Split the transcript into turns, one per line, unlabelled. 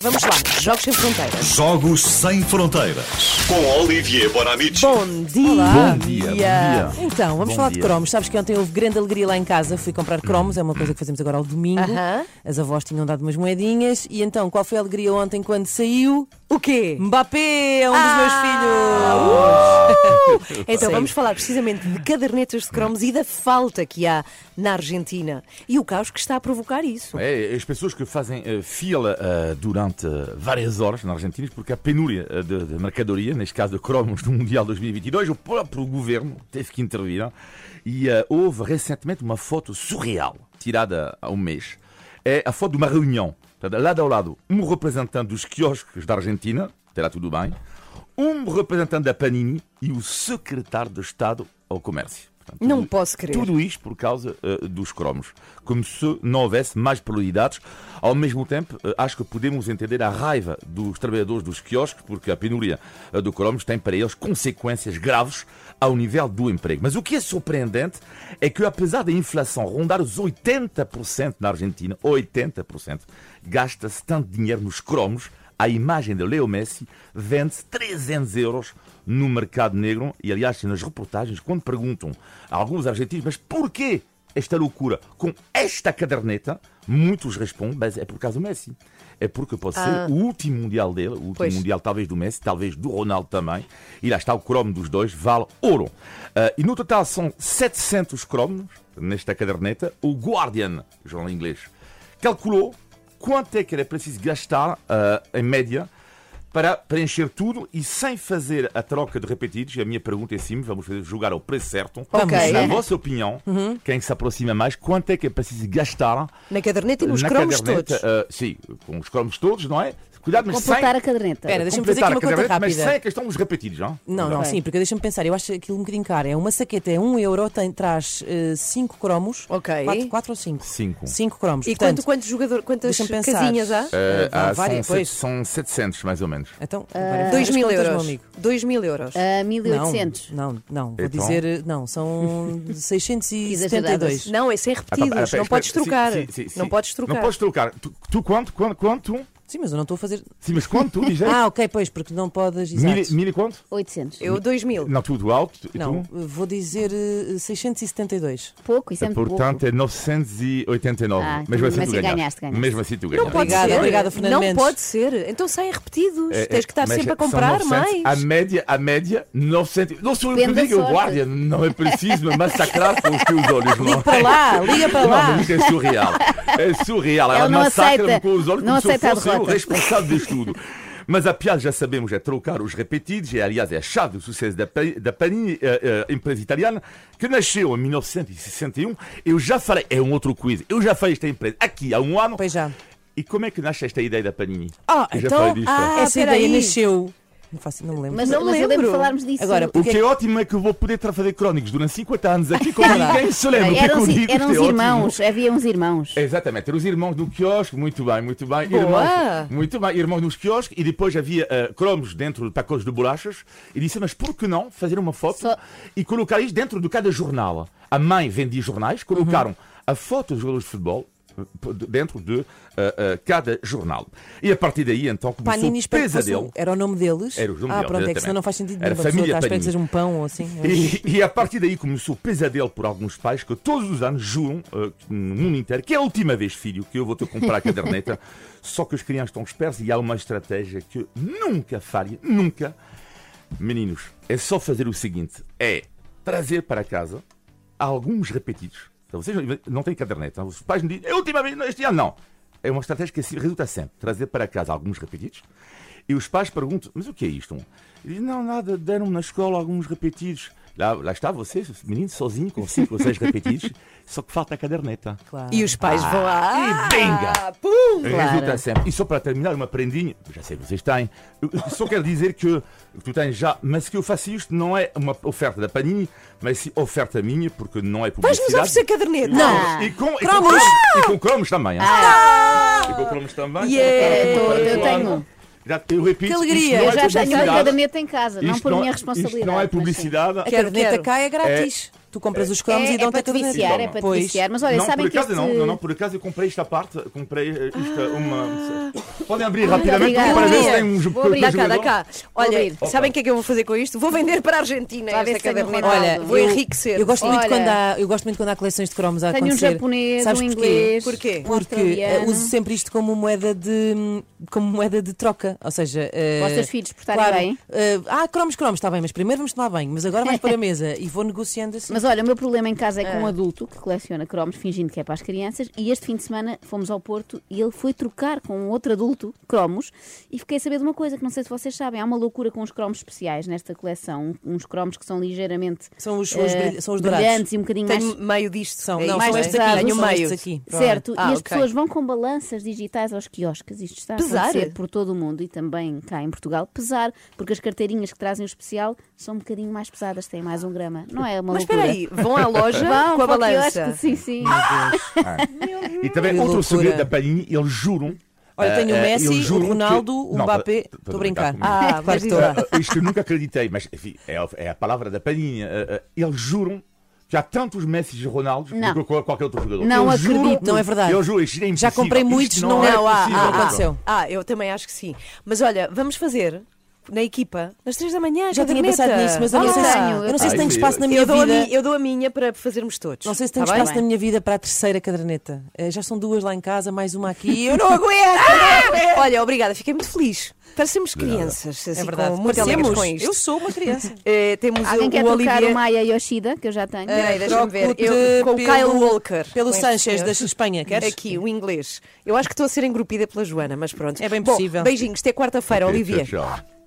Vamos lá, Jogos Sem Fronteiras.
Jogos Sem Fronteiras.
com Olivier Bonamici.
Bom dia!
Bom dia, bom dia.
Então, vamos
Bom
falar de
dia.
cromos. Sabes que ontem houve grande alegria lá em casa, fui comprar cromos, é uma coisa que fazemos agora ao domingo.
Aham.
As avós tinham dado umas moedinhas e então, qual foi a alegria ontem quando saiu?
O quê?
Mbappé, é um dos
Ah!
meus filhos!
Ah!
Então vamos falar precisamente de cadernetas de cromos e da falta que há na Argentina e o caos que está a provocar isso.
É, as pessoas que fazem eh, fila eh, durante eh, várias horas na Argentina porque há penúria eh, de, de mercadoria, neste caso de cromos do Mundial 2022, o próprio governo teve que intervir hein? e eh, houve recentemente uma foto surreal tirada há um mês. É a foto de uma reunião. Portanto, lado ao lado, um representante dos quiosques da Argentina, até lá tudo bem, um representante da Panini e o secretário de Estado ao Comércio. Portanto, um
Não
tudo-
posso crer.
Tudo isto por causa eh, dos cromos. Como se não houvesse mais prioridades. Ao mesmo tempo, eh, acho que podemos entender a raiva dos trabalhadores dos quiosques, porque a penúria eh, do cromos tem para eles consequências graves ao nível do emprego. Mas o que é surpreendente é que, apesar da inflação rondar os 80% na Argentina, 80%, gasta-se tanto dinheiro nos cromos a imagem de Leo Messi vende-se 300 euros no mercado negro. E, aliás, nas reportagens, quando perguntam a alguns argentinos, mas porquê esta loucura com esta caderneta, muitos respondem, mas é por causa do Messi. É porque pode ser o último Mundial dele, o último
Pois.
Mundial talvez do Messi, talvez do Ronaldo também. E lá está o cromo dos dois, vale ouro. Ah, e no total são 700 cromos nesta caderneta. O Guardian, jornal inglês, calculou quanto é que era preciso gastar, ah, em média, para preencher tudo e sem fazer a troca de repetidos? E a minha pergunta é sim, vamos fazer julgar ao preço certo.
Ok. Uhum.
Na vossa opinião, quem se aproxima mais, quanto é que é preciso gastar
Na caderneta e nos
na
Tipo, cromos
caderneta?
todos.
Ah, sim, com os cromos todos, não é? Cuidado, mas
Completar
sem...
a caderneta.
Espera, deixa-me fazer
É completar
aqui uma
a
conta
caderneta, mas é
rápida.
sem a questão dos repetidos, não?
Não, não,
Ok.
sim, porque deixa-me pensar, eu acho aquilo um bocadinho caro. É uma saqueta, é 1 um euro, tem, traz 5 cromos.
Ok.
4 ou 5?
Cinco.
5 cromos.
E
Portanto,
quanto, quantos jogadores, quantas
deixa-me pensar.
casinhas há?
Ah,
Ah,
ah,
várias,
são,
pois.
set- são 700, mais ou menos. Tá
Então,
Eh,
2 Eh, mil
contas,
euros.
meu amigo.
2 mil euros.
É
A 1800.
Não, não, não. Vou
Então?
dizer, eh, não, são 672.
Exageradas.
Não, esse é repetidos.
Ah, pá, espera,
não podes
espera,
trocar.
sim, sim, sim,
Não
sim.
podes trocar.
Não podes trocar. Tu, tu quanto? Quanto? Quanto?
Sim, mas eu não estou a fazer.
Sim, mas quanto? Diz aí.
Ah, ok, pois, porque não podes. Exato.
Mil e- mil e quanto?
800.
Eu 2 mil.
Não, tudo alto. e
Não,
tu? Ah,
eh, vou dizer eh, 672.
Pouco, isso é muito
Portanto, é 989.
Ah,
mesmo assim,
mas
tu
se
ganhaste.
ganhaste, ganhaste.
Mesmo assim, tu
Não
ganhaste.
pode
Obrigada,
ser.
obrigada, Fernando
não
Mendes.
pode ser. Então saem repetidos.
É, é,
Tens que estar
mas
sempre
é-
a comprar
são 900,
mais.
A média, a média, 900. Não sou eu que
Depende da
digo,
sorte.
guarda, não é preciso me massacrar com os teus olhos. Não.
Liga para lá, liga para
Não,
lá.
mas isto é surreal. É surreal. Ela,
Ela não
massacra-me
aceita.
com os olhos como
Não
se eu
aceita a
fosse eu o
derrota.
responsável disto tudo. Mas a piada, já sabemos, é trocar os repetidos, e aliás é a chave do sucesso da, Pa- da Panini, eh, eh, empresa italiana, que nasceu em 1961. Eu já falei, é um outro quiz, eu já falei esta empresa aqui há um ano.
Pois já.
E como é que nasce esta ideia da Panini?
Ah,
Eu já
então.
falei disto.
Ah, essa
peraí.
ideia nasceu. Não, faço, não me lembro.
Mas,
Não
mas eu lembro
lembro.
de falarmos disso.
Agora,
O
porque-
que é ótimo é que eu vou poder tra- fazer crónicos durante 50 anos aqui como
Verdade.
ninguém se lembra. o que é que
eram
eu
os,
digo,
eram
isto é
os
ótimo. É
irmãos. Havia uns irmãos.
Exatamente, eram os irmãos do quiosque, muito bem, muito bem.
Boa!
Irmãos, muito bem, irmãos dos quiosques, e depois havia eh, cromos dentro de pacotes de bolachas, e disse, mas por que não fazer uma foto
Só-
e colocar isto dentro de cada jornal? A mãe vendia jornais, colocaram a foto dos jogadores de futebol eh, p- dentro de eh, eh, cada jornal. E a partir daí, então, começou
Panini
o pesadelo.
Espetáculo. um, Era o nome deles.
Era o nome
ah,
deles,
pronto, é que
exatamente.
senão não faz sentido
Era
nenhum. A pessoa
família
está à espera que
Panini.
seja um pão ou assim.
E, e a partir daí começou o pesadelo por alguns pais que todos os anos juram eh, no mundo inteiro que é a última vez, filho, que eu vou te comprar a caderneta. Só que os crianças estão espertos e há uma estratégia que nunca falha, nunca. Meninos, é só fazer o seguinte: é trazer para casa alguns repetidos. Então, vocês não- não têm caderneta. Os pais não dizem, é a última vez, não, este ano não. É uma estratégia que assim resulta sempre. Trazer para casa alguns repetidos. E os pais perguntam, mas o que é isto? E diz, não, nada, deram-me na escola alguns repetidos. Lá, lá está você, menino, sozinho, com cinco ou seis repetidos, só que falta a caderneta.
Claro.
E os pais
Ah,
vão lá.
Ah,
E binga!
Pum!
Resulta sempre. E só para terminar, uma prendinha, já sei que vocês têm, eu só quero dizer que tu tens já, mas que eu faço isto não é uma oferta da Panini, mas sim oferta minha, porque não é publicidade.
Vais-nos oferecer caderneta.
Não! E com, e com
Cromos.
cromos!
Ah!
E com cromos também. hein? E com cromos também.
Yeah.
Então,
é, Eu
claro.
tenho um.
Já, eu repito,
Que alegria.
isto não
Eu
é
já tenho a
publicidade.
caderneta em casa, não
Isto
por
não-
minha responsabilidade.
Isto não é
mas sim.
publicidade. então
A caderneta
quero.
cá é grátis. Tu compras os cromos
É-
e dão-te
é
a
para
caderneta.
viciar, é para te
Pois.
viciar. Mas olha,
não,
sabem
por
que
acaso
este... Ah.
não, não, não, por acaso eu comprei esta parte, comprei eh, isto uma. Podem abrir rapidamente
obrigada.
para ver se tem um
Vou
jo-
abrir.
Dá
jogador.
cá, dá cá. Olha,
abrir.
sabem o que é que eu vou fazer com isto? Vou vender para a Argentina
Vai ver
esta
se tenho
caderneta.
Ronaldo.
Olha,
um vou
eu-
enriquecer.
Eu gosto, muito
Olha.
quando há, eu gosto muito quando há coleções de cromos a
Tenho um
acontecer.
japonês,
Sabes
um
porquê?
inglês,
Porquê?
um
Porque eh,
australiano.
uso sempre isto como moeda de, como moeda de troca. Ou seja, eh,
Para os teus filhos portarem
claro,
bem.
eh, ah, cromos, cromos, está bem, mas primeiro vamos tomar banho, mas agora vais para a mesa e vou negociando assim.
Mas olha, o meu problema em casa é com um adulto que coleciona cromos fingindo que é para as crianças e este fim de semana fomos ao Porto e ele foi trocar com um outro adulto cromos e fiquei a saber de uma coisa que não sei se vocês sabem, há uma loucura com os cromos especiais nesta coleção, um- uns cromos que são ligeiramente
São os- os brilha- são os dourados.
eh, brilhantes e um bocadinho mais...
Tenho meio disto.
São,
é isto,
não,
mais
são
é?
estes aqui,
Tenho
não são
meio.
estes aqui.
Certo,
Ah,
e as
ok.
pessoas vão com balanças digitais aos quiosques. Isto está a
Pesar?
acontecer por todo o mundo e também cá em Portugal. Pesar, porque as carteirinhas que trazem o especial são um bocadinho mais pesadas, têm mais um grama. Não é uma
Mas
loucura.
espera aí, vão à loja
Vão
com a
para o quiosque,
balança.
Sim, sim.
Ah. E também
Que
outro
loucura.
segredo da Panini, eles juram.
Olha, tenho o
eh, eh,
Messi,
eles juram
o Ronaldo,
que-
o
Não, tá,
Mbappé.
tô- tô
Estou a brincar.
comigo.
Ah,
Ah,
claro
mas
que
isso-
estou.
Ah.
Eh, Isto eu nunca acreditei, mas enfim, é a, é a palavra da Panini. eh, eh, Eles juram que há tantos Messi e Ronaldos
Não.
do que qual- qualquer outro jogador.
Não
Eles juram-
acredito,
não é verdade.
Eu juro, isto é
Já
impossível.
comprei
Isto
muitos,
não,
não,
é
há, há,
possível,
há,
doutor.
aconteceu.
Ah, eu também acho que sim. Mas olha, vamos fazer na equipa, às três da manhã,
Já tinha
caderneta.
pensado nisso, mas eu não
Ah,
sei se,
tenho,
eu não sei se
eu
tenho
tenho.
espaço na minha
eu dou, a
vida.
minha, eu dou a minha para fazermos todos.
Não sei se tenho
Tá bem?
espaço na minha vida para a terceira caderneta. Eh, Já são duas lá em casa, mais uma aqui. e Eu não aguento!
Ah! Olha, obrigada, fiquei muito feliz. Parecemos crianças, assim,
é verdade,
com muito alegres com isto.
Eu sou uma criança.
Eh, temos
Alguém
o,
quer
o
trocar
Olivier.
o Maya Yoshida, que eu já tenho.
Peraí, deixa-me ver.
Troco-te
Eu, com o Kyle
pelo-
Walker.
Pelo
Com este
Sanchez,
senhor.
da Espanha, queres?
Aqui, o inglês. Eu acho que estou a ser engrupida pela Joana, mas pronto.
É bem
Bom,
possível.
beijinhos, até quarta-feira,
Ok,
Olivier.
tchau, tchau.